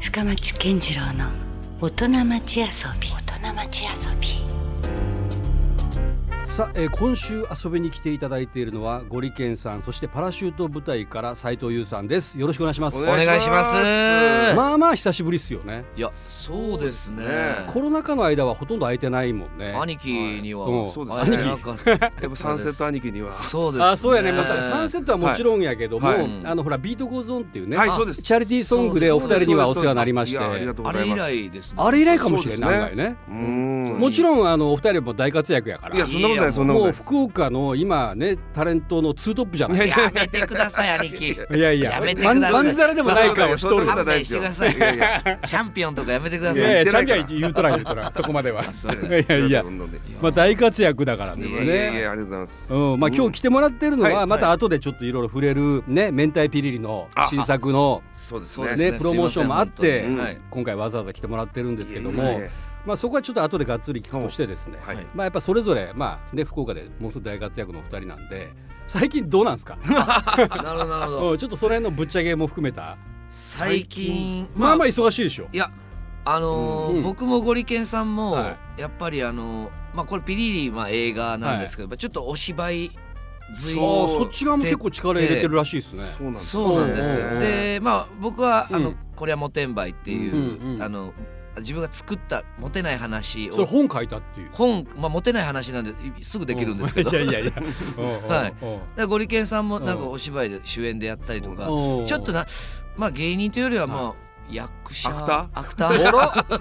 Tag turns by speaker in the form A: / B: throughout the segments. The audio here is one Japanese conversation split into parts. A: 深町健次郎の大人町遊び大人町遊び
B: さあ、えー今週遊びに来ていただいているのはゴリケンさんそしてパラシュート部隊から斉藤優さんですよろしくお願いします
C: お願いします
D: お願いし
B: まあまあ久しぶりっすよね
C: いやそうですね
B: コロナ禍の間はほとんど空いてないもんね
C: 兄貴には
B: うん
D: そうです
C: 会え
D: 兄貴
C: なかった
D: やっぱサンセット兄貴には。
C: そうですね
B: あそうやね、またサンセットはもちろんやけども、
D: はい
C: はい
B: あのほらビートゴーゾンっていうね、
D: はいそうです
B: チャリティーソングでお二人にはお世話になりまして、
D: いやありがとう
C: あ
D: ござ
C: れ
D: い
C: 以
D: ます。
C: 来ですね
B: あれ以来かもしれない、
D: そう
B: 案外
D: です
B: ね。
D: うーん。
B: もちろんあのお二人も大活躍やから
D: いやそんなことないそんなこ
B: も
D: とな
B: う
D: いです。
B: 福岡の今ねタレントのツートップじゃない
C: やめてください兄貴
B: いやいや
C: やめて
B: まん
C: ください
B: まんざらでもない顔しとる
D: そんなこと
C: 勘
D: ないで
C: 弁し
D: す
C: て
D: よ
C: ください
D: いやいや
C: チャンピオンとかやめてくだ
B: い
C: さい
B: やいやチ
D: 言
B: ャ
D: っ
B: ン
D: て
B: ピオンは
D: ない
B: 言うとらん言うとらんそこまでは
C: すいません
B: いやいやいや
D: どんどんでい
B: まあ大活躍だからで
D: や
B: す
D: いやい
B: ね
D: やありがとうございます。
B: うんまあ今日来てもらってるの
D: うんは
B: はいまた後でちょっといろいろ触れるね明太ピリリの新作の
D: そうです
C: そうです
D: ね。
B: ねプロモーションもあって
C: すいません本当にはい
B: 今回わざわざ来てもらってるんですけど
D: いやい
B: も
D: やいや
B: まあそこはちょっと後でがっつり聞くとしてですね
D: はい
C: はい
B: まあやっぱそれぞれまあね福岡でもうすぐ大活躍のお二人なんで最近どうなんですか
C: なるほどなるほ ど
B: うんちょっとその辺のぶっちゃけも含めた
C: 最近
B: まあまあ忙しいでしょ
C: いやあのー
B: うん
C: 僕もゴリケンさんも、
B: は
C: やっぱりあのーまあこれピリリまあ映画なんですけど、まあちょっとお芝居
B: あ
C: ずい
B: ーそっち側も結構力入れてるらしいですね
D: そうなんです。
C: そうなんですよ、
D: ええ
C: でまあ僕は、あ
B: う
C: の
B: ん
C: 「こりゃモテんばい」っていう、
B: うんうん
C: あの自分が作ったモテない話
B: それ
C: を
B: 本書いたっていう
C: 本、まあ、モテない話なんですぐできるんです けど、
B: う いやいやいや
C: はい
B: うんうんうん
C: だからゴリケンさんもなんか
B: うん
C: お芝居で主演でやったりとか、
B: おー
C: ちょっとなまあ芸人というよりはまあ役者
D: アクター
C: アクター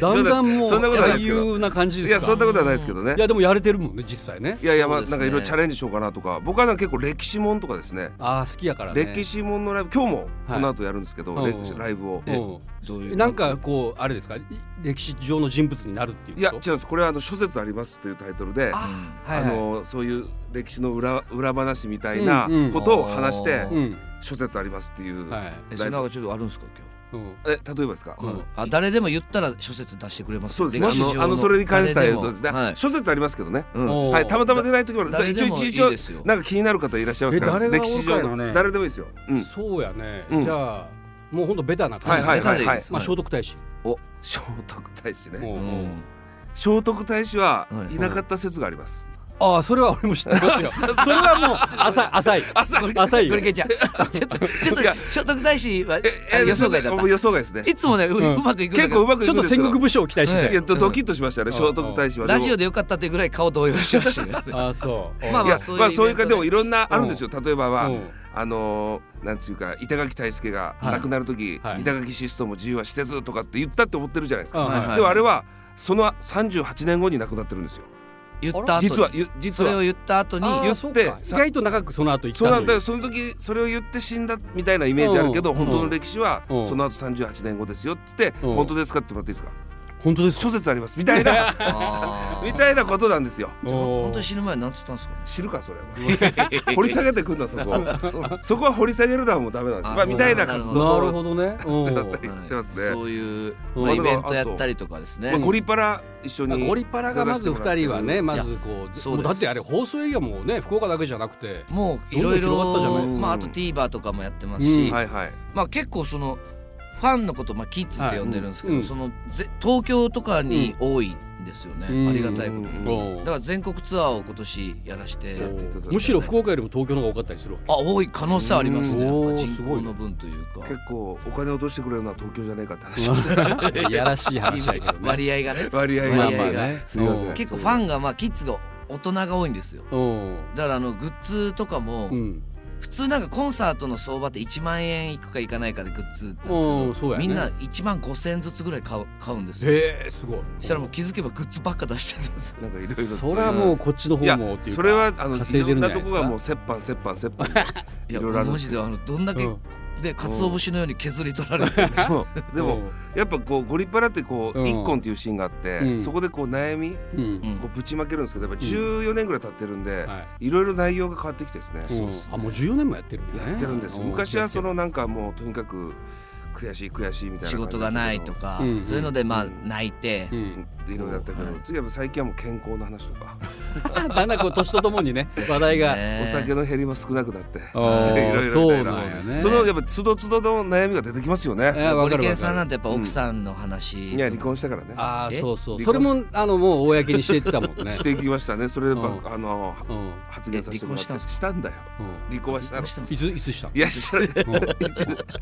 B: だんだんもう
D: そんなことない
B: 俳
D: ですけど
B: 優な感じ
D: い
B: です
D: や
B: か
D: そんなことはないですけどね
B: い。やでもやれてるもんね実際ね
D: いやいやまあ
C: そう
D: な
C: で
D: んか
C: すね
D: いろいろチャレンジしようかなとか僕はなんか結構歴史もんとかですね。
B: ああ好きやからね
D: 歴史もんのライブ今日もこの後やるんですけど、
B: はい
D: レ
B: うん
D: ライブを。
B: う
C: どういうん
B: なんかこうあれですかい歴史上の人物になるっていう
D: いや違う
B: こ
D: ん
B: と
D: ですこれはあの諸説ありますというタイトルで。
B: あー
D: あ
B: はいはい
D: のそういう歴史の裏裏話みたいな
B: うんうん
D: ことを話して
C: あ
B: うん
D: 諸説ありますっていう、
B: はい
C: えそれなんかちょっとあるんですか今日
B: うん
D: え例えばですか、
B: うん
C: あ誰でも言ったら諸説出してくれます
D: そうですねあ
C: 歴史上
D: のあのそれに関しては言うとですね、
C: 誰もはい
D: 諸説ありますけどね、
C: うん
B: おー
D: はい、たまたま出ない時もある
C: 誰でも
D: 一応
C: いい
D: 一応
C: ですよ
D: なんか気になる方いらっしゃいますから
B: え誰が
D: 歴史
B: お
D: 上
B: るかやなね
D: 誰でもいいですよ、うん、
B: そうやね
D: うん
B: じゃあもうほんとベタな感じ
D: はいはいはい
C: 誰でもです
B: まあ聖徳太子
D: 聖徳太子
B: う
D: ね
B: ん
C: う
B: うん
C: ん
D: 聖徳太子は
C: はい
D: いなかった説があります、
B: ああそれは俺も知って ますよそれはもう浅い浅い浅いよ
C: ゴリケンちゃんちょっとちょっと
D: いや
C: 聖徳太子はあ
D: え
C: 予想外だっ
D: 予想外ですね
C: たいつもねう
B: うん
C: うまくいくんだ
D: 結
C: け
D: 構う
C: ど
D: まくい
B: ち
D: く
B: ょっ
D: ん
B: と
D: ですけ
B: 戦
D: ど
B: 国武将を期待して
C: は
B: た
D: いや
B: よ
D: ドドキッとしましたね、
B: うん
D: 聖徳太子はでも
C: ラジオでよかったってぐらい顔動揺してましたよね
B: ああそう
C: まあ
D: いやまあそういうかでもい
C: イベントで
D: ろんなあるんですよ例えばは
B: うん
D: あのーなんていうか板垣退助が亡くなる時、
B: はいはい
D: 板垣シストも自由は施設とかって言ったって思ってるじゃないですか、
B: あはい
C: はい
D: でもあれはその38年後に亡くなってるんですよ
C: 言った後に
D: 実はゆ実
C: それを
D: は
C: 言った後に
B: あー
D: 言って
B: そうか意外と長くその後行った
D: そうなんだ
B: とい
D: よその時それを言って死んだみたいなイメージあるけど
B: うん
D: 本当の歴史は
B: うん
D: その後38年後ですよっつって
B: うん
D: 本当ですかってもらっていいですか
B: 本当です
D: 諸説ありますみたいな
C: あー
D: みたいなことなんですよ
B: おー
C: 本当に死ぬ前なんつったんですか
D: 知るかそれ は 掘り下げてくんだそこそこは掘り下げるのはもうダメなんですよ、まあ、
C: あそう
D: みたいな活動
B: な
D: を
B: るほど ねお
D: すいませ
B: ー
D: ん言ってますね
C: はいそういう
B: うん
C: まあイベントやったりとかですね
D: まあ、ゴリパラ一緒
B: まあ
D: に
B: ゴリパラがまず二人はねまずこう
C: そうです
B: もだってあれ放送エリアもね福岡だけじゃなくて
C: もういろい
B: どんどん広がったじゃない
C: ろ
D: ですか
C: まああと TVer とかもやってますし、
B: うん
D: はいはい
C: まあ結構そのファンのことまあキッズって呼んでるんですけど、
B: はいうん
C: そのぜ東京とかに多いんですよね、
B: うん
C: ありがたいこ
D: う
C: と
D: ん
C: に、
B: おー
C: だから全国ツアーを今年やらして
D: やっていただいて
B: むしろ福岡よりも東京の方が多かったりするわけ
C: あ多い可能性ありますね、
B: うん
C: や
B: おー
C: っぱ
B: す
C: 人
B: ごい
C: 口の分というか
D: 結構お金落としてくれるのは東京じゃないかって話
B: い やらしい話だけどね
C: 割合がね
D: 割合が、
B: ま
C: ま
B: あ
C: あ
B: ま
C: ま
B: あ
C: あ
B: ね
D: ねすいません
C: 結構ファンがまあキッズが大人が多いんですよ
B: うん
C: だからあのグッズとかも、
B: うん
C: 普通なんかコンサートの相場って1万円いくかいかないかでグッズ売ってん
B: お
C: で
B: ー
C: す
B: そう
C: けど、
B: やね
C: みんな1万5,000ずつぐらい買う買うんですよ
B: えーすごい
C: そしたらもう気づけばグッズばっか出してるんです
D: なんかいろいろ
B: それはもうこっちの
D: い
B: 方
D: や
B: もっていうか
D: それはあの
B: 稼いで
D: い
B: る
D: ろん
B: んじゃない
D: なと
B: です
D: こ
B: か
D: がもう折半折半折半
C: いや
D: いろいろあるん
C: マ
D: です
C: ジであのどんだけ、
B: うん
C: で鰹節のように削り取られてるんです
D: そう でもやっぱこうゴリパラってこ
B: うん
D: う一本っていうシーンがあって、
B: うん
D: そこでこう悩み
B: うんうん
C: うん
D: こうぶちまけるんですけどやっぱ14年ぐらい経ってるんで、
B: はい
D: いろいろ内容が変わってきてですね、
B: うんあもう14年もやってるんだね
D: やってるんです、
B: う
D: 昔はそ
B: の
D: のなんかもうとにかく悔しい悔しいみたいな
C: 仕事がないと
D: か
C: か、
B: うん
C: そういうのでまあ
D: うん
C: 泣いて、
B: うん、
D: いろいろやったけど、
C: はい
D: 次は最近はもう健康の話とか、
B: だんだんこう年とともにね話題が、
C: ね
D: お酒の減りも少なくなって、
B: あー
D: いろいろ
B: そうなん
D: いろ
B: や
D: い
B: ね
D: ろそのやっぱつどつどの悩みが出てきますよね。
B: えーわ
C: ゴ
B: か
C: リ
B: る
C: ケン
B: わ
C: さんな
B: か
C: ん
B: る
C: てやっぱ奥さんの話
D: いや離婚したからね。
B: ああ
C: え
B: そうそう
D: 離婚
B: それもあのもう 公にしていってたもんね
D: してきましたね。それやっぱ、
B: うん
D: あの
B: うんうん
D: 発言させてもらっ
C: え離婚したん
D: て
C: ですか
D: したんだよ。離婚はしたの。
B: いついつしたの
D: いやしたね。
B: うん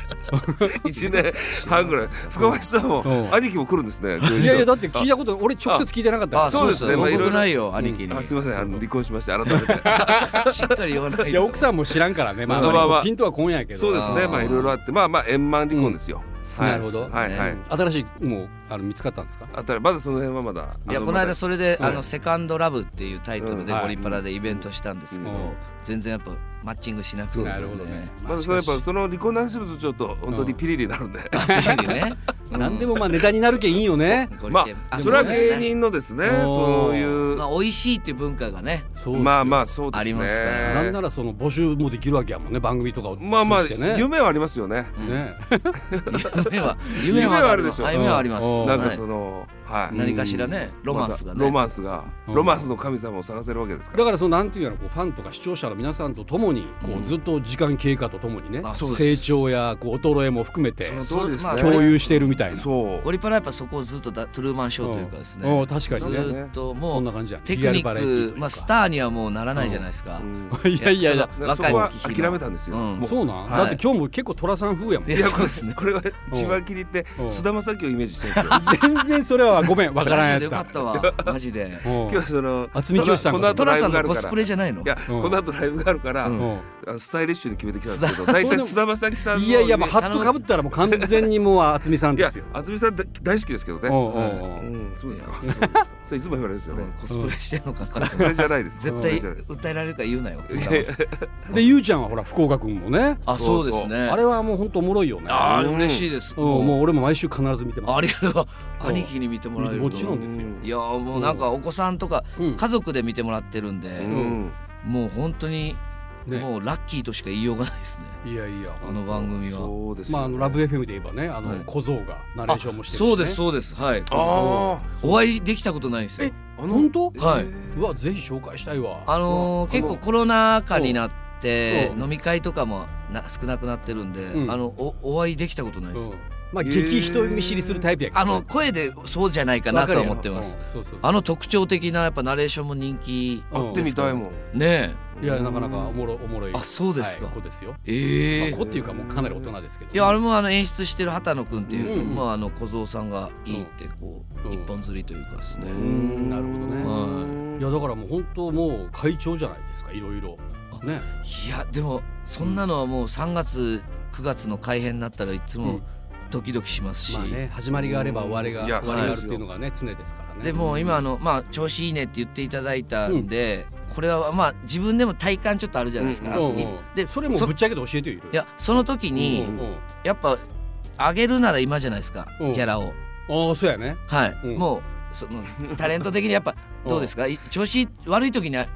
D: 一年半ぐらい。深町さんも
B: うん
D: 兄貴も来るんですね。
B: いやいやだって聞いたこと俺直接聞いてなかった
C: あ
B: か
D: そ
C: そうう
D: で
C: ですす
D: ね
C: ね
D: まあいろいろ
C: 僕ないよ兄貴に
D: あすみませんあの離婚しまして改め
C: しっかり言わない
B: ら
C: と
B: いや奥さんも知らんからねまあ
D: まあまあまあ
B: ピンとはこんやけ
D: て。
B: ど
D: そうですね
C: あー
D: まあいろいろあってまあまあ円満離婚ですよ。はい
B: なるほど
D: はいはい。
B: 新しいもうあの見つかったんですか
D: あたりまだその辺はまだ。
C: いや
D: あ
C: この間
D: ま
C: それで「
B: はい
C: あのセカンドラブっていうタイトルで
B: うん
C: ゴリパラでイベントしたんですけど、
B: うん
C: 全然やっぱマッチングしなくて
B: な
C: で
B: る
C: す
B: ほどね
C: ね。
D: だまだそれやっぱその離婚の話するとちょっと本当にピリリになるん で。
C: やっぱり ね
B: 何でもまあネタになるけんいいよね
C: ゴリ
D: ま
C: ケン
D: あ
B: あ
D: それは
C: うです
D: 芸
C: ね
D: 人のですね
B: うん
D: そういう
C: まあ美味しいっていう文化がね
B: そうですよ
D: まあまあそうですね。
C: ありますから
B: なんならその募集もできるわけやもんね番組とかを
D: まあまあ
B: 通じてね
D: 夢はありますよね。
B: ね
C: 夢は
D: 夢はあるでしょ
C: 夢はあります
B: うん
D: なん
C: は
D: か
C: い
D: そのはい。
C: 何かしらねロマンスが
D: またロ
C: ね
D: マンスが
B: うん
D: ロマンスの神様を探せるわけですから。
B: だからそのなんていうのこうファンとか視聴者の皆さんとともにこ
C: う
B: うんずっと時間経過とともにね
C: あそうです
B: 成長やこう衰えも含めて
D: その通りです
C: まあ
D: ね。
B: 共有しているみたいな
D: そう
C: ゴリパラやっぱそこをずっとだトゥルーマンショーというかです
B: うんう
C: ね
B: ん確か
C: ず
B: に
D: そう
B: ね
D: いう
C: ーっとも
B: そん
C: う
B: な感じやね
C: テク
B: リ
C: ニ
B: アルバラエティ
C: ッ
B: という
C: ク
B: か
C: まあスターにはもうならないじゃないですか
D: う。ん。
B: いやいやいや
C: その
D: そ
C: 若い
D: こは
C: 時日
D: 諦めたんですよ。
C: うん
D: もう
B: そうなん
D: はい
B: だって今日も結構寅さん風やもん
C: いやそうですね。
D: これは一番気に入って
B: うん
D: 菅田将暉をイメージしてるん ですよ。
B: 全然それはごめんわからんや
C: マジでよか
B: っ
C: ったわ。マジで。
B: たうん
D: 今日はその
B: 渥美清さん
D: この後
C: トラ
D: ライ
C: さ
D: ブ
C: ん
D: があ
C: の
D: る
C: コ
D: か
C: ス
D: ら
C: プ。レじゃないの
D: い。や、
B: うん
D: この後ライブがあるから、
C: う
B: うん
D: あのスタイリッシュに決めてきたんですけど、大体菅田将暉さんの
B: いやいやもう
D: イメー
B: ハットかぶったらもう完全にもう渥美さん
D: ジい
B: で
D: や
B: すよ、
D: 渥美さんだ大好きですけどね。
B: おうおうおう
D: うん、そうですか。それいつも言われるんですよね。
C: コスプレしてんのかな。
D: コスプレじゃないです。
C: 絶
D: コスプレ
C: 対
D: じゃないです。
C: 訴えられるから言うなよ。
B: でゆうちゃんはほら福岡君もね
C: あそうですね。
B: あれはもう本当おもろいよね
C: あ
D: う
C: ー
D: ん
C: 嬉しいです。
B: うんもう俺も毎週必ず見てます
C: ありがとう。兄貴に見てもらえると。
B: もちろんですよ
D: うん
C: いやーもうなんかお子さんとか
B: うん
C: 家族で見てもらってるんで
D: う、ん、
C: もう本当に
B: ね
C: もうラッキーとしか言いようがないですね。
B: いやいや
C: この番組は。
D: そうですよ、
B: まああのラブ FM で言えばねあ
C: は
B: の
C: い
B: 小僧がナレー
C: あ
B: ションもしてるしね
C: そうですそうですはい。
D: あ
C: お会いできたことないんですよ。
D: あ、あの
B: 本当
C: はい
B: うんうわぜひ紹介したいわ
C: あのー結構コロナ禍になって
B: うん
C: 飲み会とかもな少なくなってるんで、
B: うん
C: あのおお会いできたことないで
B: う
C: す、
B: んまあ激人見知りするタイプやから
C: あの声でそうじゃないかなとは思ってます
B: わかるようんそうそうそう
C: あの特徴的なやっぱナレーションも人気
D: 会ってみたいもん。
C: ね
B: いやなかなかおもろおもろい
C: あそうですか
B: はい子ですよ
C: えええ
B: まあ子っていうかもうかなり大人ですけど
C: いやあれもあの演出してる畑野君っていう、
B: うん
C: まあ、あの小僧さんがいいってこう、
B: うん
C: 一本釣りというかですね、
B: うんなるほどね
C: はい
B: やだからもう本当もう会長じゃないですかいろいろね
C: いやでもそんなのはもう3月9月の改編になったらいつ
B: う
C: も
B: ん
C: ドキドキしますし、
B: まあね始まりがあれば終わりが
D: いや
B: 終わりがあるっ
D: そうです
B: て
D: よ
B: いうのがね常ですからね
C: でもう今あの、まあ、調子いいねって言っていただいたんで、これはまあ自分でも体感ちょっとあるじゃないですか。
B: うんうん
C: で
B: それもぶっちゃけて教えてよいろいろ
C: いやその時に、
B: うんうん
C: やっぱ上げるなら今じゃないですか、
B: うん
C: ギャラを。
B: ああそうやね
C: はい、
B: うん
C: もうそのタレント的にやっぱどうですかい調子悪い時にギャ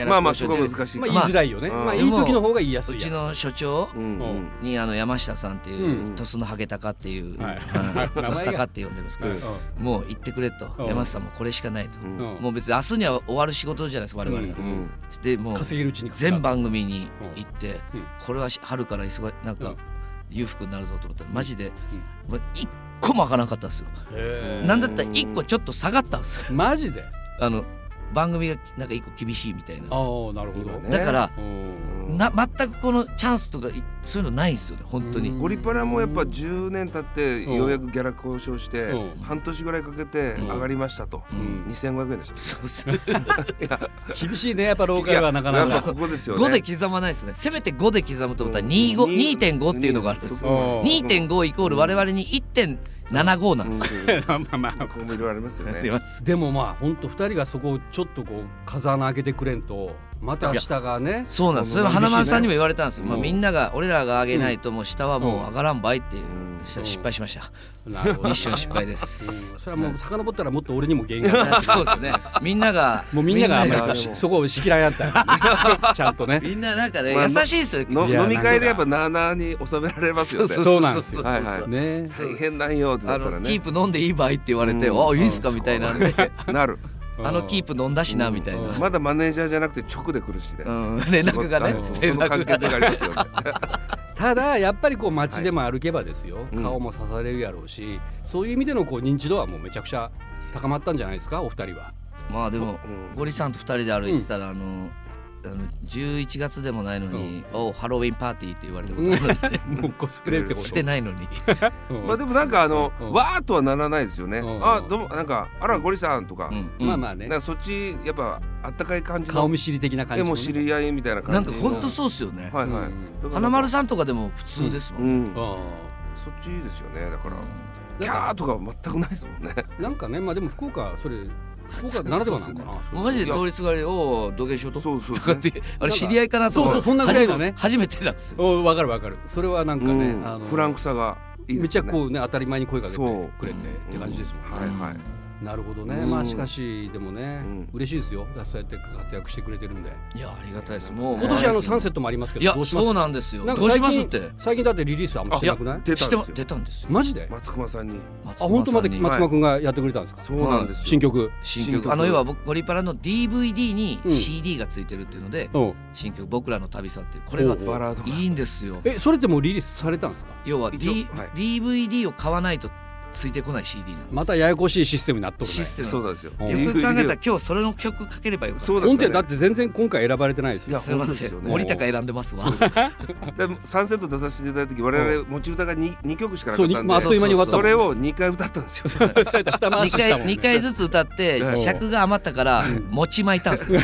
C: ラ
D: まあまあ、
C: 交
D: そ
C: 渉
D: こは
C: で
D: 難しい
B: ま
D: か
B: あ
D: ら。
B: 言いづらいよね
D: まあ
B: まあ
D: うん
B: いい時の方が言いやす
C: う
B: いや
C: ち
B: ん
C: の所長
D: うんうん
C: にあの山下さんっていう、
B: う
C: 鳥栖のハゲタカっていう、
B: はい
C: はい
B: 名前が
C: 鳥栖タカって呼んでるんですけど、もう行ってくれと
B: うん
C: 山下さんもこれしかないと、
D: うん
B: うん
C: もう別に明日には終わる仕事じゃないですか我々が、
B: う
D: うん
C: でもう
B: 稼げるうちに
C: 全番組に行って、
B: うん
C: これはし春から忙なん
B: う
C: か
B: ん
C: 裕福になるぞと思ったらマジで、もう一個も開かなかったんですよ、
B: へ
C: なんだったら一個ちょっと下がったんですよ
B: えマジであ
C: あの番組がなんか一個厳しいみたいな
B: あなるほど
D: 今ね
C: だから、
B: うん
C: な全くこのチャンスとかいそういうのないんですよね本当に、
D: ゴリパラもやっぱ10年経ってようやくギャラ交渉して
B: うん
D: 半年ぐらいかけて上がりましたと
B: ん
D: 2500円でした
C: そうです ね
B: 厳しいねやっぱローカルはなかな
D: やっぱ
B: か
D: ここですよね
C: 5で刻まないですねせめて5で刻むと思ったら2 5 2.5っていうのがあるんです
D: そこ
B: うん
C: 2.5イコール我々に1.75なんですよ、
D: うん
B: まあまあ
D: ここもいろいろありますよ
C: 出
D: ね
C: ます
B: でもまあ本当二人がそこをちょっとこう風穴開けてくれんとまた下がね
C: そうなんですそれ
D: あ
C: も
D: の
C: 花丸さん
D: 厳しいね
C: にも言われたんですよ、まあ、
B: うん
C: みんなが俺らが上げないともう下はもう上がらんばいっていう、
D: ん
C: し失敗しました、
B: なるほど
C: ミッション失敗です、
B: それはもう遡ったらもっと俺にも原因がある
C: そうですねみんなが
B: もうみんながあん
C: みん
B: ま
C: な
B: りこ
C: が
B: うしそこを仕切らんやった からねちゃんとね
C: みんななんかね
D: まあ
C: 優しいですよ、
D: の
B: いや
D: 飲み会でやっぱなあなあに収められますよね。
B: そうなんですよ
D: はいはい。
B: ね
D: 大変なんよってな
C: あ
D: ったら
C: の
D: ね。
C: キープ飲んでいい場合って言われて「
D: う
C: あ
D: ん
C: いいっすか」みたいなんで
D: なる。
C: 「あのキープ飲んだしな」みたいな、
D: まだマネージャーじゃなくて直で来るしね。
C: うん、連絡がね
D: そうそ
C: 連
D: の関
C: 絡
D: 係
C: が
D: 性がありますよね。
B: ただやっぱりこう街でも歩けばですよ、
D: うん
B: 顔も刺されるやろうしそういう意味でのこう認知度はもうめちゃくちゃ高まったんじゃないですかお二人は。
C: まあでも
D: うん
C: ゴリさんと二人で歩いてたら、あのあの11月でもないのに「おうハロウィンパーティー」って言われたことある
B: もうコスプレってこと。
C: してないのに
B: うん
D: まあでもなんかあの
B: うん
D: わーっとはならないですよね
B: う。ん
D: あどうもなんかあらゴリさんとか
C: う。んうん
B: まあまあね
D: なんかそっちやっぱあったかい感じの。
B: 顔見知り的な感
D: で
B: じのね
D: も知り合いみたいな
C: な
D: 感
C: ん
D: じ
C: か
D: の。
C: ほんとそうっすよね、
D: はいは
B: う
D: い。
C: 花丸
D: さ
C: さんとかでも普通ですもん、
D: う
C: ね
D: ん。
B: あ
D: そっちですよね。だから
B: ー
D: キャーとかは全くないですもんね。
B: なんかねまあでも福岡それ福岡ならではなんかな。
C: もうマジで通りすがりでおお土下座と
D: そうそう
C: と
D: そ
C: か
D: う
C: っ。てあれ知り合いかなと思
B: そうそうそんなぐらいのね
C: 初めて初めてなんですよ
B: おわかるわかる。それはなんか
D: う
B: ね、
D: ん
B: あの
D: フランクさがいい
B: め
D: で
B: っち
D: す
B: ゃ
D: よね。
B: こうね当たり前に声かけて
D: そう
B: くれてって感じですもんね。
D: はいはい。
B: なるほどね、
D: うん
B: まあしかしでもね、
D: うん
B: 嬉しいですよそうやって活躍してくれてるんで
C: いやありがたいですもう
B: 今年あのサ
C: 三
B: ンセットもありますけ
C: い
B: ど
C: や
B: どうします
C: そうなんですよ
B: なん
C: ど
B: か
C: うし
B: 最
C: ます
B: 近
C: って
B: 最近だってリリースあんましてなくない
D: 出たんです
C: 知って
D: よ
C: ま出たんですよ
B: マジで、
D: 松隈さんに
C: あ
B: あ本当また松隈君がやってくれたんですか、
D: そうなんですよ。
B: 新曲
C: 新
D: 新曲
C: 曲あの要は僕ゴリパラの DVD に
B: うん
C: CD がついてるっていうので
B: うん
C: 新曲「僕らの旅さ」っていうこれが
B: おう
D: バラードが
C: いいんですよ
B: えそれってもうリリースされたんですか
C: 要は、D
D: 一応はい
C: DVD を買わないとついてこない CD なんです
B: またややこしいシステムになっとるね
C: システム
D: そうなんですよ。
B: うん
C: よく考えたら
D: た。
C: 今日それの曲かければよかった
D: そうだ
B: 音
D: った
B: 程
D: ね
B: だって全然今回選ばれてないですよ
D: や
C: すいま
D: 本当で
C: せ
D: すよ
C: ん
D: ね
C: 森高選んでますわ
D: でサンセット出させていただいた時我々持ち歌が 2, 二曲しかな
B: そ
D: か
B: う
D: っ
B: に
D: たんで
B: まああっという間に終わった
D: そ
B: もん
D: れを2回歌ったんですよ。
B: そうやって二回し
C: 2
B: したも
C: 回
B: んね
C: 二回ずつ歌って
D: うん
C: 尺が余ったから持ち巻いたんですよ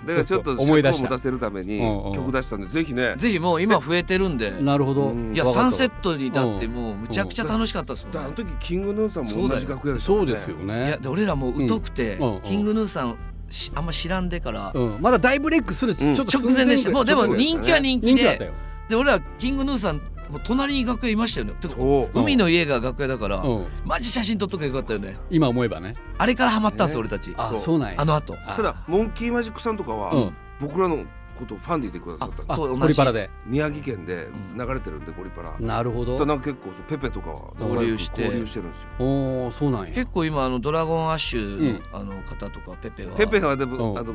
D: だからちょっ
B: そ
D: と
B: うそう思い
D: 尺
B: 出
D: を
B: した
D: 持たせるために
B: うんうん
D: 曲出したんでぜひね。
C: ぜひもう今増えてるんで
B: なるほど
D: うん
C: いや
B: わか
C: サ
B: った
C: ンセットにだってもうむちゃくちゃ楽しかったですもん
D: だあ
C: ね
D: の時キングヌーさんも同じ楽屋でした
B: そう
D: も
B: ん
D: ね
B: ですよ。
C: いや
B: ね
C: で俺らもう疎くて、
B: うんうん
C: キングヌーさんしあんま知らんでから、
B: うんまだ大ブレイクするちょっと
C: 直前でしたもうでも
D: 直前でした
C: 人
D: ね
C: 気は人気
B: 人気だ
C: で
B: ったよ
C: で俺らキングヌーさんもう隣に楽屋いましたよねてか
D: そう
C: 海の家が楽屋だから、
B: うん
C: マジ写真撮っとけばよかったよね
B: 今思えばね
C: あれからハマったんです、
D: ね
C: 俺たち
B: あ
D: そう
B: そうなんや
C: あの後
B: あ
D: ただモンキーマジックさんとか
B: う
D: は
B: ん
D: 僕らのことをファンでいてくださったんで
C: あ
D: す
C: そう同じ
B: ポリパラで
D: 宮城県で流れてるんでゴリパラ。だか
B: なるほど
D: らなんか結構そうペペとかは
C: 交流して
D: 交流してるんですよ。
B: おおそうなんや
C: 結構今あのドラゴンアッシュの,、
B: うん
C: あの方とかペペは
D: ペペはでも、
B: うん
D: あの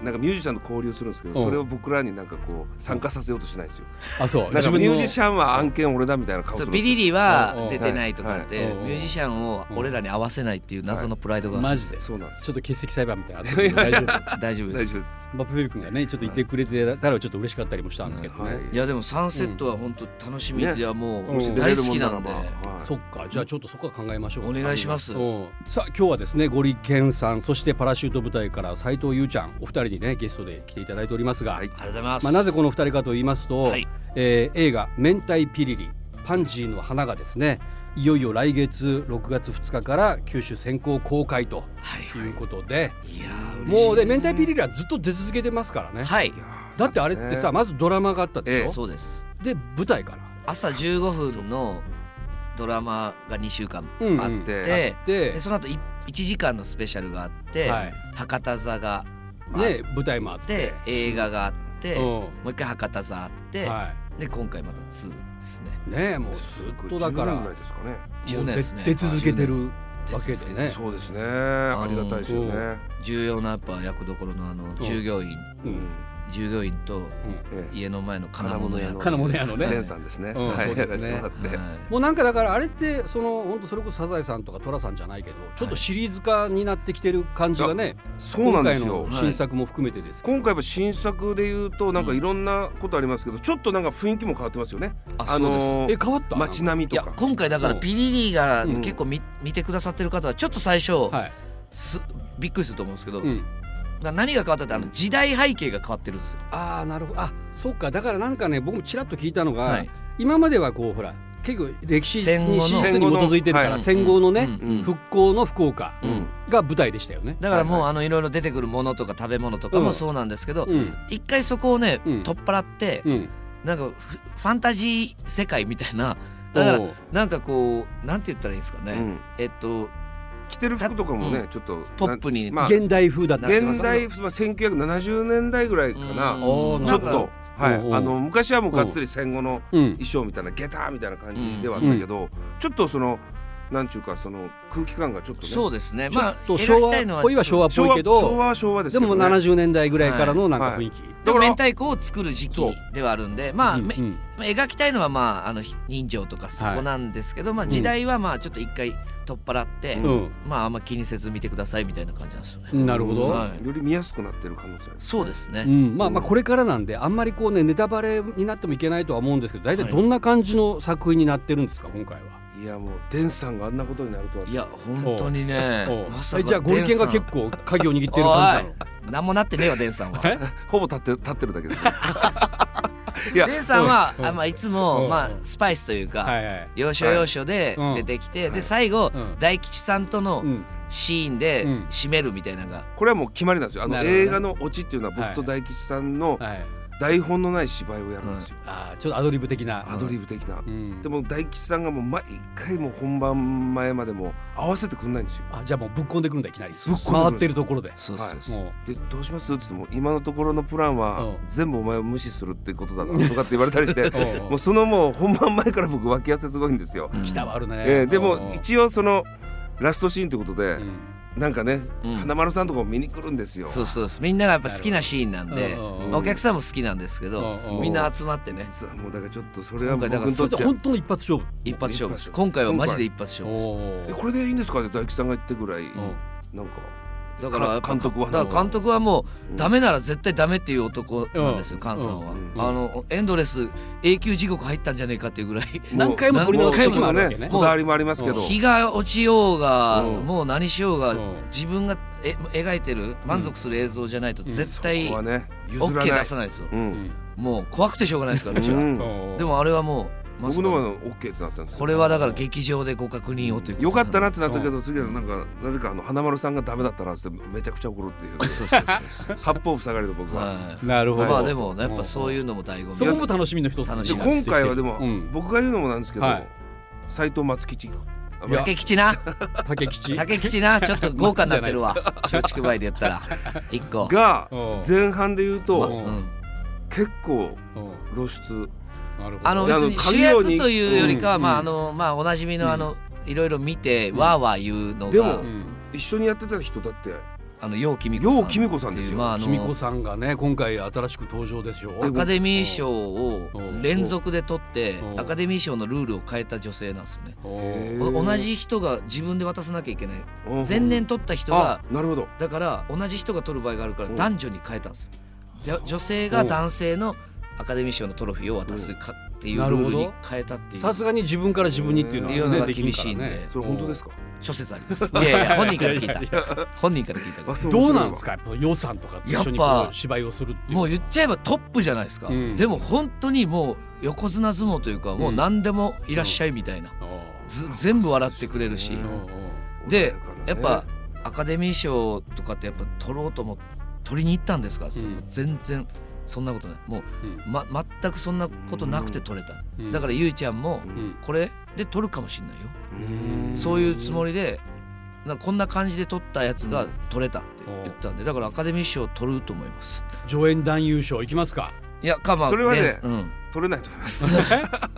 D: なんかミュージシャンと交流するんですけど、
B: うん
D: それを僕らになんかこう参加させようとしないんですよ。
B: あそう
D: なんかミュージシ
B: ャ
D: ャンは案件俺だみたいな顔す
C: そ
D: る
C: うん
D: で
C: ビ
D: す
C: リ
D: よ。
C: リ
B: うんう
C: は
B: ん
C: 出てないとかって、
B: はいうんうん
C: ミュージシャンを俺らに合わせないっていう謎のプライドが、
B: マジでちょ
D: そうなんですよ。
B: っと欠席裁判みたいなのあったけど大丈夫
C: 大丈夫
D: 大
C: で
D: 丈夫
C: す
D: です。
B: まあ、ペペ君がねちょっと言ってくれてたらちょっと嬉しかったりもしたんですけどね、
D: はい。
C: いやでもサンセットは本当楽しみ、
D: ね
C: いやもう
B: もし出
C: 大好きなんで、
D: はい
B: そっかじゃあちょっとそこは考えましょう
C: お願いします
B: うんさあ今日はですねゴリケンさんそしてパラシュート部隊から斉藤優ちゃんお二人にねゲストで来ていただいておりますが、
D: はい
C: ありがとうございます、
B: まあ、なぜこの二人かと言いますと、
C: はい
B: えー映画「明太ピリリパンジーの花」がですねいよいよ来月6月2日から九州先行公開と
C: はいいう
B: ことで、
C: いやー嬉しい
B: もうね明太ピリリはずっと出続けてますからね、
C: はい
B: だってあれってさまずドラマがあったでしょ、
D: え
C: そうです
B: で舞台かな。
C: 朝15分のドラマが2週間
B: うん
C: あっ
B: うん
C: て、
D: で
B: で
C: でその後い1時間のスペシャルがあって、
B: はい
C: 博多座があっ
B: ね舞台もあって
C: て、映画があって、
B: うん
C: もう一回博多座あって、
B: は
C: で今回また2ですね
B: い、ねもうずっとだから
D: 10年ぐ
B: も
D: らいですかね。
C: 10
B: う
C: 年
B: 出
C: ですね
B: 出続けてるわ
C: 10
B: け
C: 年です
B: でね。
D: そうですね。ありがたいですよね。
C: 重要なやっぱ役どころのあの従業員、
B: う
D: うんん。
C: 従業員と
D: ええ
C: 家の前の金物屋
D: 金物
B: 金物屋
D: 屋の
B: のね
D: レンさんですね。
B: うん
D: はい
B: そうですね
D: やらせてもらって
C: はい
B: もうなんかだからあれってその本当それこそサザエさんとか寅さんじゃないけどちょっとシリーズ化になってきてる感じがね、
D: そうな
B: 今
D: んで
B: 回
D: すよ
B: の。新作も含めてですけど、
D: 今回は新作で言うとなんかいろんなことありますけど、ちょっとなんか雰囲気も変わってますよね。
C: あ
D: のー
B: え変わった
D: 街並み
C: い
D: と
C: や
D: か。
C: 今回だから
B: うん
C: ピリリが
D: うん
C: 結構見,、見てくださってる方はちょっと最初、
B: はい、
C: すびっくりすると思うんですけど、
B: うん、
C: な何が変わったってあの時代背景が変わってるんですよ。
B: ああなるほどあそうかだからなんかね僕もちらっと聞いたのが、
C: はい
B: 今まではこうほら結構歴史
C: 戦後
B: に
C: の
B: 史実に基づいてるから
C: 戦
B: 戦
C: 後
B: 後
C: の
B: の
C: はい
B: ね、
D: うん
B: 復興の福岡
D: うん
B: が舞台でしたよね。
C: だからもうあのいろいろ出てくるものとか食べ物とかもそうなんですけど、
B: うん
C: 一回そこをね、
B: うん
C: 取っ払って、
B: うん、
C: なんかフファンタジー世界みたいなだから
B: おう
C: なんかこうなんて言ったらいいんですかね、
D: うん
C: えっと
D: 着てる服とかも
C: う
D: ねちょっと
C: ポップに
D: まあ
B: 現代風だった
C: なってま
D: 現
C: す
D: 代、まあ、1970年代ぐらいか
C: うん
D: な
B: おー
D: ちょっ
C: なん
D: とはい
B: おうおう
D: あの昔はもうがっつり戦後の
B: うん
D: 衣装みたいな下駄みたいな感じではあったけど、ちょっとそのなんちゅうかその空気感がちょっとね
C: そうですね
B: ちょ
C: まあ
B: っと昭
C: 描き
B: 和
C: たいの
B: っぽいは昭和っぽ
D: 昭
B: い
D: 和
B: け
D: 昭
B: ど
D: 和は昭和です
B: で
D: けど、
B: も
D: ね、
B: 70年代ぐらいからのなんか雰囲気。
C: でも
D: だ
C: 明
D: か
C: 太子を作る時期
B: そう
C: ではあるんでまあ、め
B: うん
C: まあ描きたいのはまああのひ人情とかそこなんですけど、まあ
B: ん
C: 時代はまあちょっと一回取っ払って、
B: うん
C: まああんま気にせず見てくださいみたいな感じなんですよね。
B: うんなるほど、
C: はい
D: より見やすくなってる可能性ある
C: そうですね、
B: うん、まあまあこれからなんであんまりこうねネタバレになってもいけないとは思うんですけど大体
C: はい
B: どんな感じの作品になってるんですか今回は。
D: いやもうデンさんがあんなことになるとはい
C: や本当にね
B: おう
C: まさか
B: じゃあゴリケンが結構鍵を握ってる感じなの。
C: 何もなってねえわデンさんは。
D: ほぼ立って立ってるだけです いや
C: デンさんは
B: うん
C: あ、まあ、いつも、
B: うん
C: まあ、スパイスというか、
B: はいはい。
C: 要所要所で
B: はい
C: 出てきて、
D: うん
C: で最後、
B: うん
C: 大吉さんとの
B: うん
C: シーンで
B: うん
C: 締めるみたいなのが、
D: これはもう決まりなんですよあの
B: なるほどね
D: 映画のオチっていうのは僕と大吉さんの
B: はい。
D: 台本のない芝居をやるんですよ、
B: ああちょっとアドリブ的な。
D: アドリブ的な、
B: うん
D: でも大吉さんがもう毎回もう本番前までも合わせてくんないんですよ
B: あじゃあもうぶっこんでくるんだいきなり。
D: ぶっこんでくる
B: 回ってるところで。
C: そう
D: そう
B: もう
D: でどうしますって言っても今のところのプラ
B: う
D: ン
B: ん
D: は全部お前を無視するってことだなとかって言われたりして
B: うん
D: もうそのもう本番前から僕脇汗すごいんですよ。
B: 来たはあるね。
D: えーで
B: うん
D: も一応そのラストシーンということで、
B: うん
D: なんかね、
C: うん
D: 花丸さんとかも見に来るんですよ。
C: そうそうですみんながやっぱ好きなシーンなんで、
B: なるほどうん
C: お客さんも好きなんですけど、
B: うん
C: みんな集まってね
D: さあもうだからちょっとそれは
C: 今
D: 僕
C: 回だから
D: に
B: そ
D: とっ
B: れってて
D: は
B: 本当の一発勝負。
C: 一発勝負で
D: 一
C: す
D: 発勝負
C: 今回はマジで一発勝負です
D: え
B: おー
D: これでいいんですかって大吉さんが言ってぐらい、
B: うん
D: なんか
C: だからやっぱ
D: 監督は
C: だから監督はもう、
D: うん
C: ダメなら絶対ダメっていう男なんですよ、菅さんは、
D: うん
C: あのエンドレス永久地獄入ったんじゃねえかっていうぐらい
B: 何回も撮り直す
D: もう
B: 時もあるわけね
D: もうこだわりもありますけど、
C: 日が落ちようが、
D: うん
C: もう何しようが、
B: うん
C: 自分がえ描いてる満足する映像じゃないと絶対
D: そこはね譲ら
C: OK
D: ない。
C: 出さないですよ、
D: うん
B: ん
C: もう怖くてしょうがないですから私は、
D: うん
B: うん
C: でもあれはもうまさ
D: 僕
C: か
D: の方が OK ってなったんですよ
C: これはだから劇場でご確認をということ
D: よかった
C: な
D: なってなったけど次はなんかなぜかあの花丸さんがダメだったなってめちゃくちゃ怒るっていう
C: そうそうそうそ
D: 八方塞がりの僕
C: う、
D: は。
C: はい
B: なるほど。
C: まあでもやっぱそう
B: い
C: いうのも醍醐味
B: そこも楽しみの一つ
C: 楽
D: で
C: しみ
D: 今回はでも
B: うん
D: 僕が言うのもなんですけど
B: はい
D: 斎藤松吉あ
B: いや
C: 竹吉な
B: 竹吉
C: 竹吉なちょっと豪華になってる わ松竹梅でやったら一個
D: が
B: うん
D: 前半で言う
B: う
D: と
B: ん
C: うん
D: 結構
B: うん
D: 露出
B: なるほど
C: あの
D: いやあ
C: 別
D: の
C: に主
D: 鍵を
C: 役
D: に
C: というよりかは、
B: うん
C: まああのまあおなじみのあの、いろいろ見て、わーわー言うのが
D: でも
B: うん
D: 一緒にやってた人だって
C: あの陽きみこ
D: 楊貴美子さんですよ
C: まああの
B: きみこさんがね今回新しく登場ですよ
C: アカデミー賞を
B: うん
C: 連続で取って
B: うん
C: アカデミー賞のルールを変えた女性なんですよね。
B: おー
D: へー
C: お同じ人が自分で渡さなきゃいけない
D: うん
C: 前年取った人
D: あ
C: が
D: なるほど
C: だから同じ人が取る場合があるから
D: うん
C: 男女に変えたんですよ。じゃ女性が男性のアカデミー賞のトロフィーを渡すかっていうルールに変えたっていう
B: さすがに自分から自分にっていうの
D: い
B: は
D: う
B: ね
C: のが
B: できるから
C: 厳しいん
B: ね
C: で
D: それ本当ですか
C: 諸説あります。いやいや本人から聞い
B: いやい
C: た本人から聞いたから
D: あ。 そう
B: どうなんですかやっぱ予算とかと一緒に
C: やっ
B: こう
C: ぱ
B: 芝居をするっていう
C: もう言っちゃえばトップじゃないですか、
B: うん
C: でも本当にもう横綱相撲というかもう何でもいらっしゃいみたいな、
B: おー
C: ず全部笑ってくれるし、
B: お
D: う
B: ー
D: ん
B: お
D: 穏
C: で
D: やかなね
C: やっぱアカデミー賞とかってやっぱ取ろうとも取りに行ったんですから、
B: ん
C: 全然そんなことないもう、ま、全くそんなことなくて取れた、
B: うん
C: だからゆいちゃんも
B: ん
C: これで取るかもしれないよ、
D: うん
C: そういうつもりでなんかこんな感じで取ったやつが取れたって言ったんでだからアカデミー賞取ると思います
B: 上演男優賞いきます か
C: いやかまあ
D: それはね
C: レンスうん
D: 取れないと思います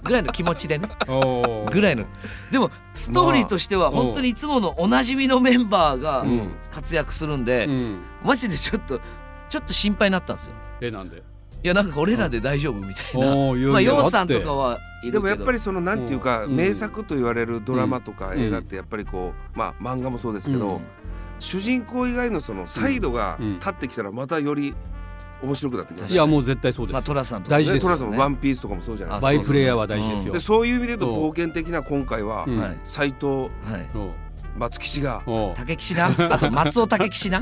C: ぐらいの気持ちでね
B: おー
C: ぐらいのでもストーリーとしては
B: まあ
C: 本当にいつものおなじみのメンバーが
D: うん
C: 活躍するんで、
B: うん
C: マジでちょっとちょっと心配になったんですよ
B: えなんで
C: いやなんか俺らで大丈夫みたいな、
B: おーいやいや
C: まあヨ
B: だっ
C: ウ
B: て
C: さんとかはいるけ
D: で
C: ど
D: もやっぱりそのなんていうか、
B: うん
D: 名作と言われるドラマとか
B: うん
D: 映画ってやっぱりこう、まあ漫画もそうですけど、
C: うん
D: 主人公以外のそのサイドが
B: うん
D: 立ってきたらまたより面白くなってきます
B: いやもう絶対そうで
C: まあ
B: す
C: トラさんとか
B: 大事です
D: トラさんもワンピースとかもそうじゃない
C: あ
D: です
B: バイプレイヤーは大事です
D: か。
B: よ
D: でそういう意味で言うと
B: そう
D: 冒険的な今回は
B: うん
C: はい
D: 斎、藤
C: はい
B: おー
D: 松吉が
B: おー
C: 竹岸なあと松尾竹岸な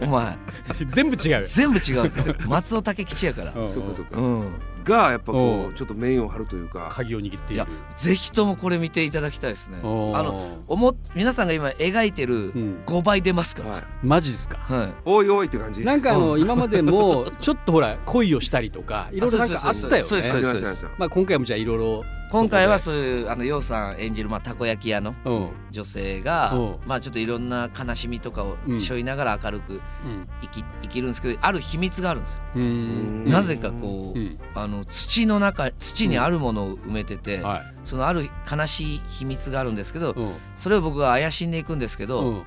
C: お前
B: 全部違うよ
C: 全部違うんですよ松尾竹吉やから
B: うん
D: そうかそうか、
C: うん
D: がやっぱこ
B: おう
D: うちょっと面を張るというか
B: 鍵を握ってい
C: い
B: る
C: やぜひともこれ見ていただきたいですねあ
B: おー
C: の思っ皆さんが今描いて
B: う
C: る
B: ん
C: 5倍出ますから、
D: はい
B: マジですか
C: はい
D: おいおいって感じ
B: なんかあの今までもちょっとほら恋をしたりとかいろいろなんかあったよ
C: そうですそう
B: ね
C: です
D: ありましたありました
B: まあ今回もじゃあいろいろ
C: 今回はそういうあの楊さん演じる、まあ、たこ焼き屋の
B: そこでうん
C: 女性が
B: うん、
C: まあ、ちょっといろんな悲しみとかを
B: うん
C: 背負いながら明るく生き生きるんですけどある秘密があるんですよ。
B: うん
D: うん
C: なぜかこう、
B: うん
C: あの土の中土にあるものを埋めてて、
B: はい
C: そのある悲しい秘密があるんですけど、
B: うん
C: それを僕が怪しんでいくんですけど、
B: うん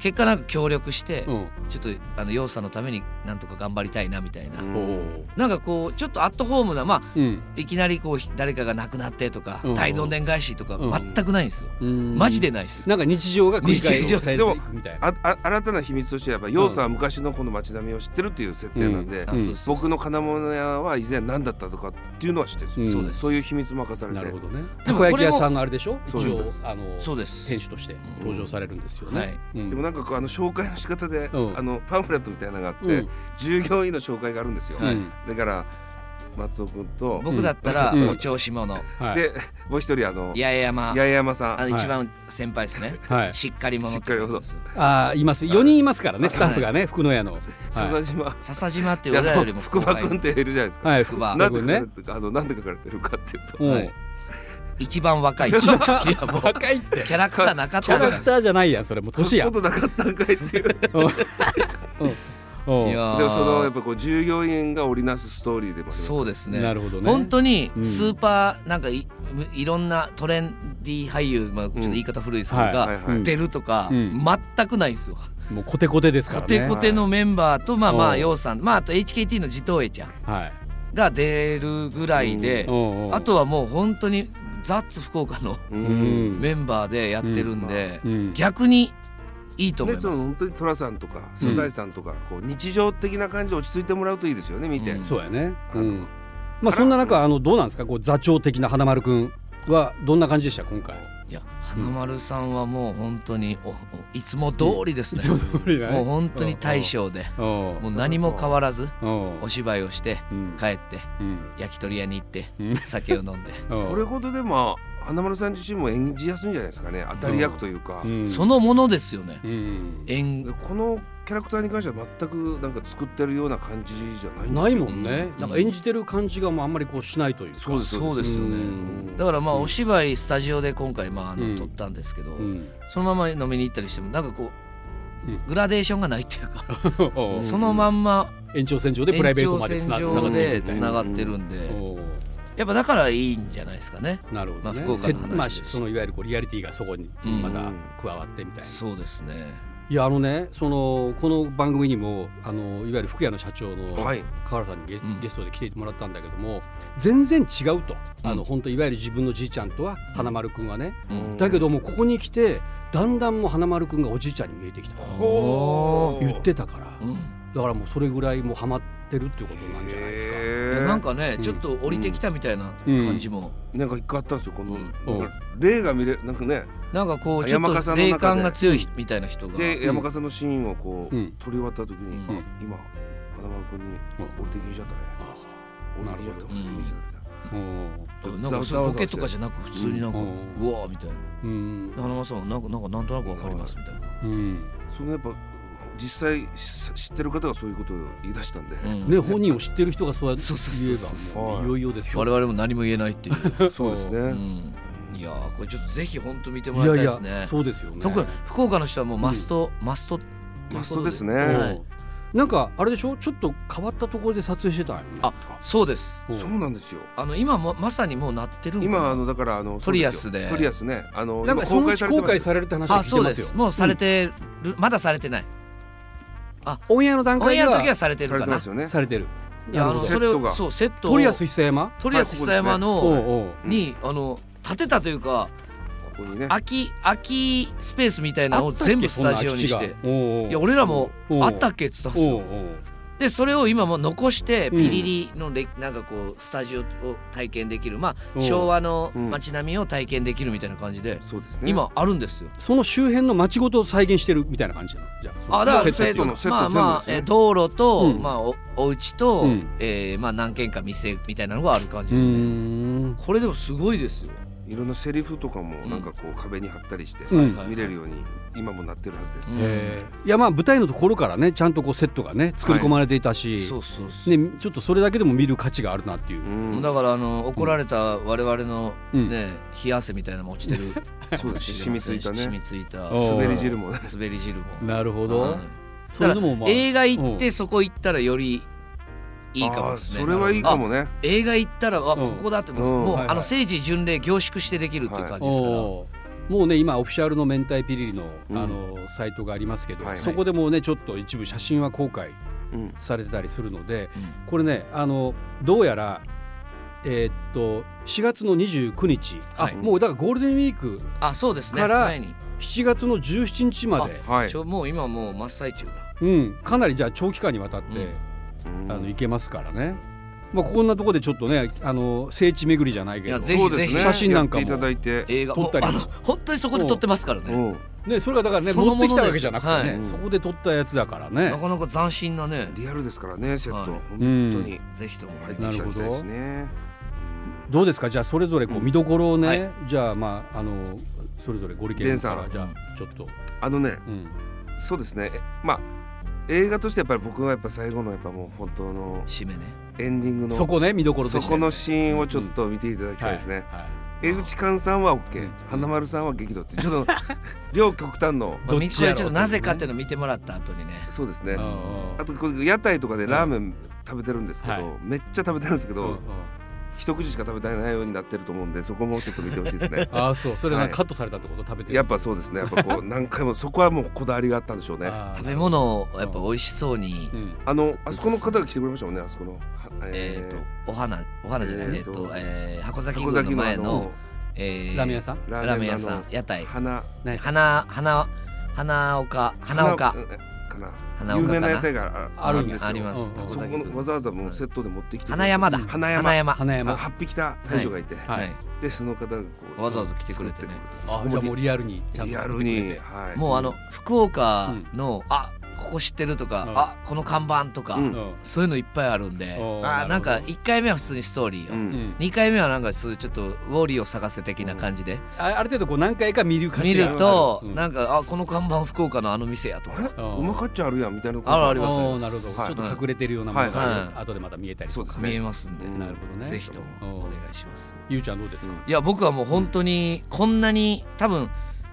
C: 結果なんか協力して、
B: うん
C: ちょっとあの陽さんのためになんとか頑張りたいなみたいな、
B: お
D: うん
B: ー
C: なんかこうちょっとアットホームなまあ
B: うん
C: いきなりこう誰かが亡くなってとか、
B: うん
C: 大どんでん返しとか
B: うん
C: 全くないんですよ、
B: うん
C: マジでないです、
B: なんか日常が繰り返
C: 日
B: し
C: 常
B: され
D: で
B: て
D: も
B: いくみたいな
D: ああ新たな秘密としてやっぱ楊さんは昔のこの街並みを知ってるっていう設定なんで、
B: うん
C: あそうそう
D: 僕の金物屋は以前何だったとかっていうのは知ってるんですよ、
C: そう
B: うん
C: です
D: そういう秘密も明かされて
B: なるほどね
C: で
B: た
C: も
B: こ
C: これ
B: 焼
C: も
B: き屋さんのあれでしょ
D: そう
B: 一
D: です
B: 応
D: そうです
B: あの
C: そうです
B: 店主として登場されるんですよ
C: はい
B: ねうん
D: でもなんかこうあの紹介の仕方で、
B: うん
D: あのパンフレットみたいなのがあって、
B: うん
D: 従業員の紹介があるんですよ、
B: はい
D: だから松尾君と、
C: 僕だったら
B: うん
C: お調子者、
B: はい
D: でもう一人あの
C: 八重山
D: 八重山さん
C: あの
B: はい
C: 一番先輩ですね、
B: はい
C: しっかり者
D: しっかり者
C: そうそう
B: ああいます四人いますからねスタッフがね福野屋のは
D: 笹島、
C: 笹島って
D: い
C: いう
D: や
C: 俺らよ
D: あ
C: り
D: の
C: も
D: 福
C: 後
D: 間
C: 輩
D: 君っているじゃないですか、
B: いはい
C: 福場
D: なん
B: 福
D: で
B: 君
D: 書かれ
B: ね
D: てるあのなんで書かれてるかっていうと、
B: う
C: はい
B: ん
C: 一番若いいやもう
B: 若いって
C: キャラクターなかっ
B: キャ
C: た
B: ラ
C: な
B: クターじゃないやんそれもう年や
D: 書くことなかったんかいっていうで
B: うん
C: いやー
D: もそのやっぱこう従業員が織りなすストーリーでもあります
C: そうですね
B: なるほどね
C: 本当に
B: うん
C: スーパーなんかい,、いろんなトレンディ俳優、まあ、ちょっと言い方古いですけど、
B: はい
D: はい
C: が
D: はい
C: 出るとか、
B: うん
C: 全くないんですよ。
B: もうコテコテですか
C: コ
B: ら
C: テ
B: ね
C: コテのメンバーとまあま
B: お
C: あ
B: う
C: ようさんまああと HKT の地頭絵ちゃん
B: はい
C: が出るぐらいで、
B: おうおう
C: あとはもう本当にザッツ福岡の
D: う
B: うんん
C: メンバーでやってるんで、
B: うん
C: 逆にいいと思い
D: ね、
C: ま
D: そ
C: す。
D: の本当に寅さんとかサザエさんとか、こう日常的な感じで落ち着いてもらうといいですよね見て、
C: うん
B: そうやねうんまあそんな中あのどうなんですかこう座長的な花丸くんはどんな感じでした今回
C: いや花丸さんはもう本当におおいつも通りですね、もう本当に大将で、
B: おう
C: もう何も変わらず
B: おう
C: お芝居をして
B: うん
C: 帰って
B: うん
C: 焼き鳥屋に行って
B: うん
C: 酒を飲んで、
B: おう
D: これほどでも花丸さん自身も演じやすいんじゃないですかね当たり役というか、
B: うん
C: そのものですよね
B: うん
C: 演
D: でこのキャラクターに関しては全くなんか作ってるような感じじゃないんですよ
B: ないもんね
C: うん
B: なんか演じてる感じがもうあんまりこうしないというか
D: そうです
C: そうですよね
D: うん
C: だからまあお芝居スタジオで今回まああ
B: うん
C: の撮ったんですけど、
B: うん
C: そのまま飲みに行ったりしてもなんかこう、
B: うん
C: グラデーションがないっていうか、
B: おう
C: そのまんま
B: 延長線上で
C: 延
B: プライベート
C: 長
B: までつな
C: 線
B: が
C: 上
B: って
C: で
B: いくみた
C: つ
B: い
C: な
B: な
C: がってるんで、
B: おう
C: やっぱだからいいんじゃないですかね。
B: なるほどね、
C: まあ福岡の話
B: せまあ、
C: です
B: そのいわゆるこうリアリティがそこに
C: うん
B: また加わってみたいな、
C: そうですね。
B: いやあのねそのこの番組にもあのいわゆる福屋の社長の
D: はい
B: 河原さんにゲ,、
C: うん
B: ゲストで来てもらったんだけども全然違うと、
C: うん
B: あの本当いわゆる自分のじいちゃんとは花丸くんはね、
C: うん
B: だけどもうここに来てだんだんもう花丸くんがおじいちゃんに見えてきた
D: ほー
B: 言ってたから
C: うん
B: だからもうそれぐらいもうハマってるっていうことなんじゃないですか。
D: へー
C: なんかね、
B: うん
C: ちょっと降りてきたみたいな
B: うん
C: 感じも、
D: なんか一回あったんですよこの、
B: うん
D: なんか霊が見れなんかね
C: なんかこうちょ
D: 山
C: っ
D: 笠
C: と
D: の中で
C: 霊感が強い人みたいな人が
D: で山笠のシーンをこう、
B: うん
D: 撮り終わった時に、
C: うん
D: あ今花丸君に俺的にしちゃったね
B: あ
D: 俺的にしちゃった俺的にしちゃっ
B: う
D: た
B: ん
C: なんかそうボケとかじゃなく普通になんか、
B: う
C: うんわーみたいな
B: うん
C: で花間さんもなんかなんかなんとなくわかりますみたいな、
B: うん
D: そのやっぱ実際し知ってる方がそういうことを言い出したんで、
C: うん
B: ね、本人を知ってる人がそうやって
C: そうそう
B: 言
C: そうそう
B: え
C: そ
B: ば
D: う
B: もう
D: はい
B: いよいよですよ
C: 我々も何も言えないっていう、
D: そうですね、
C: うん、いやーこれちょっとぜひ本当見ても
B: い
C: ら
B: や
C: い
B: い
C: たいで
B: や
C: すね
B: そうですよね
C: 特に福岡の人はもうマスト、マストということ
D: マストですね、
B: うん
C: はい
B: なんかあれでしょちょっと変わったところで撮影してたんやね
C: あそうです
B: うん
D: そうなんですよ
C: あの今もまさにもうなってるんかな
D: 今あのだからあの
C: トリアスで
D: そうすよトリアスねあの
B: なんか
D: 今
B: そのうち
D: て
B: 公
D: ます
B: 開されるって話は
C: あ
B: 聞い
C: そ
B: て
C: う
B: ま
C: ですす
B: よ
C: もうされてる、まだされてない
B: オンエアの段
C: オン
B: 階
C: エ
B: で
C: アの時は
B: は
C: されてる
D: さ
C: か
D: れて
C: な
D: ますよね
B: されてる
C: いや
B: な
C: あ
B: る
C: の
B: ほど
C: それ
D: セット
C: を
D: が
C: そうセットを
B: トリアス久山
C: トリアス久山の、
B: おうおう
C: にあの建てたというか
D: ここにね
C: 空き空きスペースみたいなの
B: あ
C: を
B: ったっけ
C: 全部スタジオにして
B: そんな空き地がおうおう
C: いや俺らも
B: おう
C: あったっけっつったんです
B: おうお
C: よ
B: う
C: でそれを今もう残してピリリのれ、なんかこうスタジオを体験できるま
B: うん
C: あ昭和の
D: うん
C: 街並みを体験できるみたいな感じで、
D: そうですね
C: 今あるんですよ。
B: その周辺の町ごとを再現してるみたいな感じなのじゃあ
C: あだから
B: セットっていうの
D: のセット
C: まあまあ、
D: 全部ですね
C: えー道路と、
B: うん
C: まあおお家と、
B: うん
C: えーまあ何軒か店みたいなのがある感じ
B: う
C: ですね。
B: ーん
C: これでもすごいですよ。
D: いろんなセリフとかもなんかこう壁に貼ったりして
B: うん
C: はい
D: 見れるように今もなってるはずです、
C: うん
B: えーいやまあ舞台のところからねちゃんとこうセットがね作り込まれていたし、
C: そうそうそう。
B: ね、ちょっとそれだけでも見る価値があるなっていう、
D: うん
C: だからあの怒られた我々の
B: うん
C: ね、冷や汗みたいなのも落ちてる
D: そうですね染みついた
C: 染
D: ね
C: みついた
B: おー
D: 滑り汁もね
C: 滑り汁も
B: なるほ
C: う
B: ど、
C: ん
B: それでもまあ
C: 映画行っ
B: う
C: てそこ行ったらよりいいかもですね
D: あーそれはいいかもね
C: あ映画行ったらあ
B: うん
C: ここだってもう
D: うん
C: もう
B: はいはい
C: あの聖地巡礼凝縮してできるっていう感じですから
B: おーもうね今オフィシャルの明太ピリリの,、
D: うん
B: あのサイトがありますけど、
D: はいはい
B: そこでもうねちょっと一部写真は公開
D: うん
B: されてたりするので、
C: う
B: これねあのどうやらえーっと4月の29日、
C: はい
B: あもうだからゴールデンウィーク
C: あそうですね
B: から
C: 前に
B: 7月の17日まで、
D: はい
C: ちょもう今もう真っ最中だ
B: うん、かなりじゃあ長期間にわたって、
D: うん
B: あの行けますからね、まあ、こんなところでちょっとねあの聖地巡りじゃないけど
C: いやぜ
D: そうで
C: ひ
D: す
C: ぜ
D: ね
C: ひ
B: 写真なんかも
D: やっていただいて
C: 映画
B: 撮ったり
C: もうあの本当にそこで撮ってますからね
D: うん
B: ね、それがだからね
C: その
B: 持
C: も
B: って
C: の
B: きたわけじゃなくてね、
D: です
B: そ
D: はい
B: こで撮ったやつだから
C: な
B: ね。
C: かなか斬新なね
D: リアルですからねセット
C: はい
D: 本当に
C: ぜひとも
D: 入
C: ね
D: ってきたみたいですね
B: どうですかじゃあそれぞれこう見どころをね、
C: はい
B: じゃあまああのそれぞれご理研
D: デンさ
B: か
D: ん
B: らじゃあちょっと、
D: あのね
B: うん、
D: そうですねえまあ映画としてやっぱり僕はやっぱ最後のやっぱもう本当の
C: 締めね
D: エンディングの
B: そこね見どころと
D: そ
B: して
D: このシーンをちょっと見ていただきたいですね、
B: はい
D: 江口寛さんは OK 花丸さんは激怒ってちょっと両極端の
C: まあ
B: どっ
C: み
B: ち
C: こ
B: やろう
C: れちょっとなぜかっていうのを見てもらった後にね
D: そうですね
B: うんうん
D: あとこれ屋台とかでラーメン食べてるんですけど、
B: は
D: めっちゃ食べてるんですけど、
B: うんうん
D: 一口しか食べてないようになってると思うんでそこもちょっと見てほしいです ね
B: ああそうそれなん
D: は
B: か
D: い
B: カットされたってこと食べてる
D: やっぱそうですねやっぱこう何回もそこはもうこだわりがあったんでしょうねあ
B: あー
C: 食べ物をやっぱ美味しそうに、
B: うん
D: のあそこの方が来てくれましたもんねあそこのは
C: えー、とお花お花じゃない、え
D: え
C: ー
D: ー
C: と
D: と
C: えー箱崎
D: 箱
C: 宮の
D: 崎のあ
C: 前の
D: の
C: えー
B: ラーメン屋さん
D: ラ
C: ラー
D: ーメン
C: メン屋
D: 屋
C: さ
D: さ
C: ん
D: ん
C: 屋台
D: 花
B: ね
C: 花花花岡花岡
D: 花えかな
C: 花
D: 有
C: 岡
D: 名
C: か
D: な屋
C: な
D: 台があ
B: あ
D: あ
B: る
D: る
B: ん
D: ん
B: や
D: ですよ
C: あります
B: うんうん
D: そこのわざわざもうセットで持ってきてくれて
C: 花山だ
B: うん
D: 花山
C: 花山
B: 花
D: あの
B: 山
D: 8匹来た大将がいて、
B: はい
C: はい
D: でその方がこう
C: わざわざ来てくれてね
D: 作
B: あ
D: っくれて
B: じゃあも
D: そうこ
B: リアルにちゃんと
D: リア
B: 作ってく
D: ルに
B: れて
D: はい
C: もうあの福岡の、あここ知ってるとか、
B: うん
C: あこの看板とか、
D: うん
C: そういうのいっぱいあるんで、
B: おー
C: あ
B: な
C: ーな
B: る
C: ん
B: ほど
C: か1回目は普通にストーリー
D: う
C: を、
B: うんんうん
C: 2回目はなんかそういうちょっとウォーリーを探せ的な感じで、
B: あある程度こう何回か見る価
C: 見
B: 値があ
C: ると、
B: うん
C: なんかあこの看板福岡のあの店やと
D: あれ
B: うん
D: うまかっちゃあるやんみたいなこと
C: あるあります
B: おーなるほど、
D: はい
B: ちょっと隠れてるようなものが、
C: はい
B: 後でまた見えたりと
D: そうで
B: か、
D: す
C: 見え
D: ね
C: ますんで、
D: うん
B: なるほどね
C: ぜひとも
B: うん
C: お願いします。
B: ゆうちゃんどうですか、
C: いや僕はもう本当にこんなに多分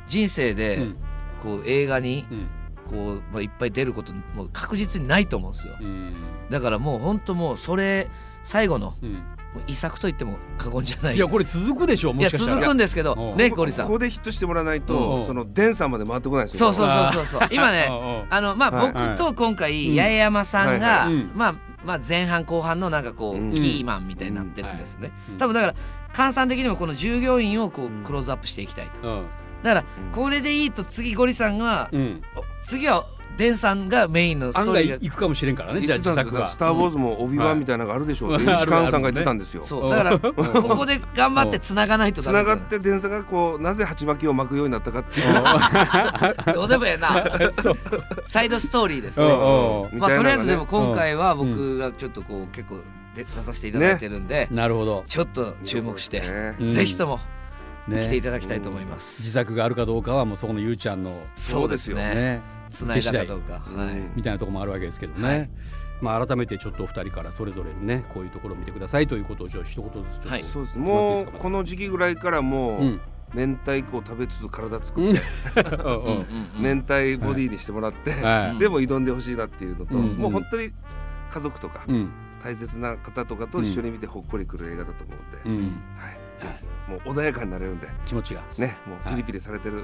C: 人生
B: う
C: で
B: ん
C: こう映画に
B: うん
C: こうまあいっぱい出ることもう確実にないと思うんですよ
B: うん
C: だからもう本当もうそれ最後の
B: うん
C: もう遺作と言っても過言じゃない
B: いやこれ続くでしょ
C: い
B: も
C: や
B: しかしたら
C: 続くんですけど
B: うん
C: ね
D: こ
C: ゴリさん
D: ここでヒットしてもらわない
B: うん
D: とそのデンさんまで回ってこないです
C: そ
D: よ
C: うそうそうそうそう 今
B: う
C: ね
B: んうん
C: あのま
D: はい
B: は
C: あ
B: い
C: 僕と今回八重山さ
B: う
C: んが
B: んはいはいうん
C: まあまあ前半後半のなんかこ
D: うん
C: うキーマンみたいになってるんですね
B: うん
C: 多分だから菅さん的にもこの従業員をこ
D: う
C: うんクローズアップしていきたいと
B: うん
C: だから
D: うん
C: これでいいと次ゴリさんが
B: うん
C: 次はデンさんがメインのス
B: 案
C: トーリ
B: 外
C: ーが
B: 行くかもしれんからね
D: 言っ
B: じゃあ
D: てた
B: 自
D: んです
B: 作
D: よ
B: は
D: スター・ウォーズも帯
B: は
D: 版
B: い
D: みたいなのがあるでしょうっ
B: う
D: て
B: ん
D: 石
B: あるあ
D: 川
B: る
D: さんが言ってたんですよ
C: そうだからここで頑張ってつながないと
D: つ
C: ダ
D: な
C: メ
D: が
C: だ
D: って電車がこうなぜ鉢巻きを巻くようになったかっていう
C: どうでもええな
B: そう
C: サイドストーリーです
B: うん
C: ね
B: うん
D: み
C: まあ
D: た
C: と
D: い
C: り
D: な
C: あえ
D: のが
C: ずで
D: ね
C: も今回は僕がちょっとこう結構出させていただいてるんで
B: なるほど、
C: ちょっと注目して
D: ね
B: うん
C: ぜひとも来てい
B: ね、
C: ただきたいと思います
B: 自作があるかどうかはもうそこのゆうちゃんの
C: そうですね
B: ね
C: つないだかどうかは
D: うん
C: い
B: みたいなところもあるわけですけどね、まあ改めてちょっとお二人からそれぞれにねこういうところを見てくださいということをじゃあ一言ずつちょっと、
C: はい
D: そうですもうこの時期ぐらいからもう
B: うん
D: 明太子を食べつつ体作って
B: うんうん
C: うん
D: 明太ボディにしてもらって、
B: は
D: でも挑んでほしいなっていうのと、
B: うん
D: もう本当に家族とか
B: いうん
D: 大切な方とかと一緒に見てほっこりくる映画だと思うんで、
B: うん
D: はい、ぜひもう穏やかになれるんで
B: 気持ちが、
D: ねもうピリピリされてる、ね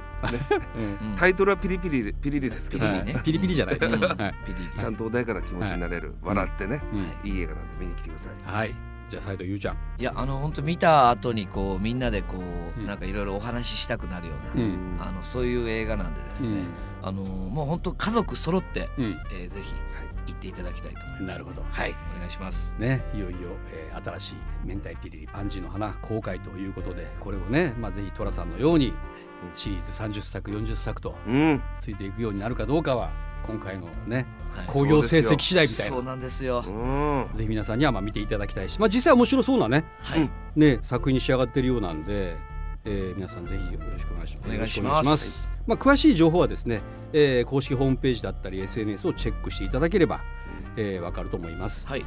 B: うん
C: うん
D: タイトルはピリピリピリリですけど、
C: ピリ
B: は
C: リね
B: いピリピリじゃないですね、
C: うん
B: はい
C: ピリリ
D: ちゃんと穏やかな気持ちになれる、笑ってね、
B: うん
D: い、い映画なんで見に来てください。
B: はいじゃあ斉藤ゆうちゃん、
C: いやあの本当見た後にこうみんなでこう
B: うん
C: なんかいろいろお話ししたくなるよう
B: う
C: なんあのそういう映画なんでですねあのもう本当家族揃って
B: うん
C: えーぜひ行っていただきたいと思います。
B: なるほど
C: はい、お願いします。
B: ね、いよいよ、えー新しい明太ピリリパンジーの花公開ということでこれをね、まあ、ぜひ寅さんのようにシリーズ30作40作と
D: うん
B: ついていくようになるかどうかは今回のね
C: はい
B: 興行成績次第みたい
C: そう
B: な
C: なんですよ。
D: うん
B: ぜひ皆さんにはまあ見ていただきたいし、まあ、実際面白そうなね,、
C: はい
D: うん
B: ね作品に仕上がっているようなんで、えー皆さんぜひよろしくお願いします。
C: お願いし
B: よろ
C: ます
B: くお願いまあ、詳しい情報はですね、えー公式ホームページだったり SNS をチェックしていただければ、えー、わかると思います。
C: はい、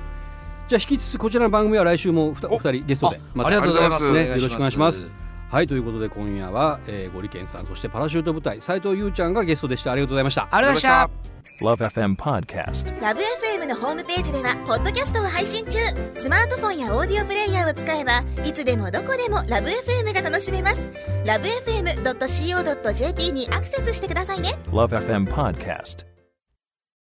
B: じゃあ引き続きこちらの番組は来週もふたお
D: お
B: 二人ゲストで
C: あありがとうございます。
B: ねよろしくお願いします。はいということで今夜は、えー、ゴリケンさんそしてパラシュート部隊斉藤優ちゃんがゲストでしたありがとうございました。
C: ありがとうございました。
E: Love FM Podcast.
F: ラブ f m のホームページではポッドキャストを配信中スマートフォンやオーディオプレイヤーを使えばいつでもどこでもラブ f m が楽しめますラブ FM.co.jp にアクセスしてくださいね
E: Love FM Podcast.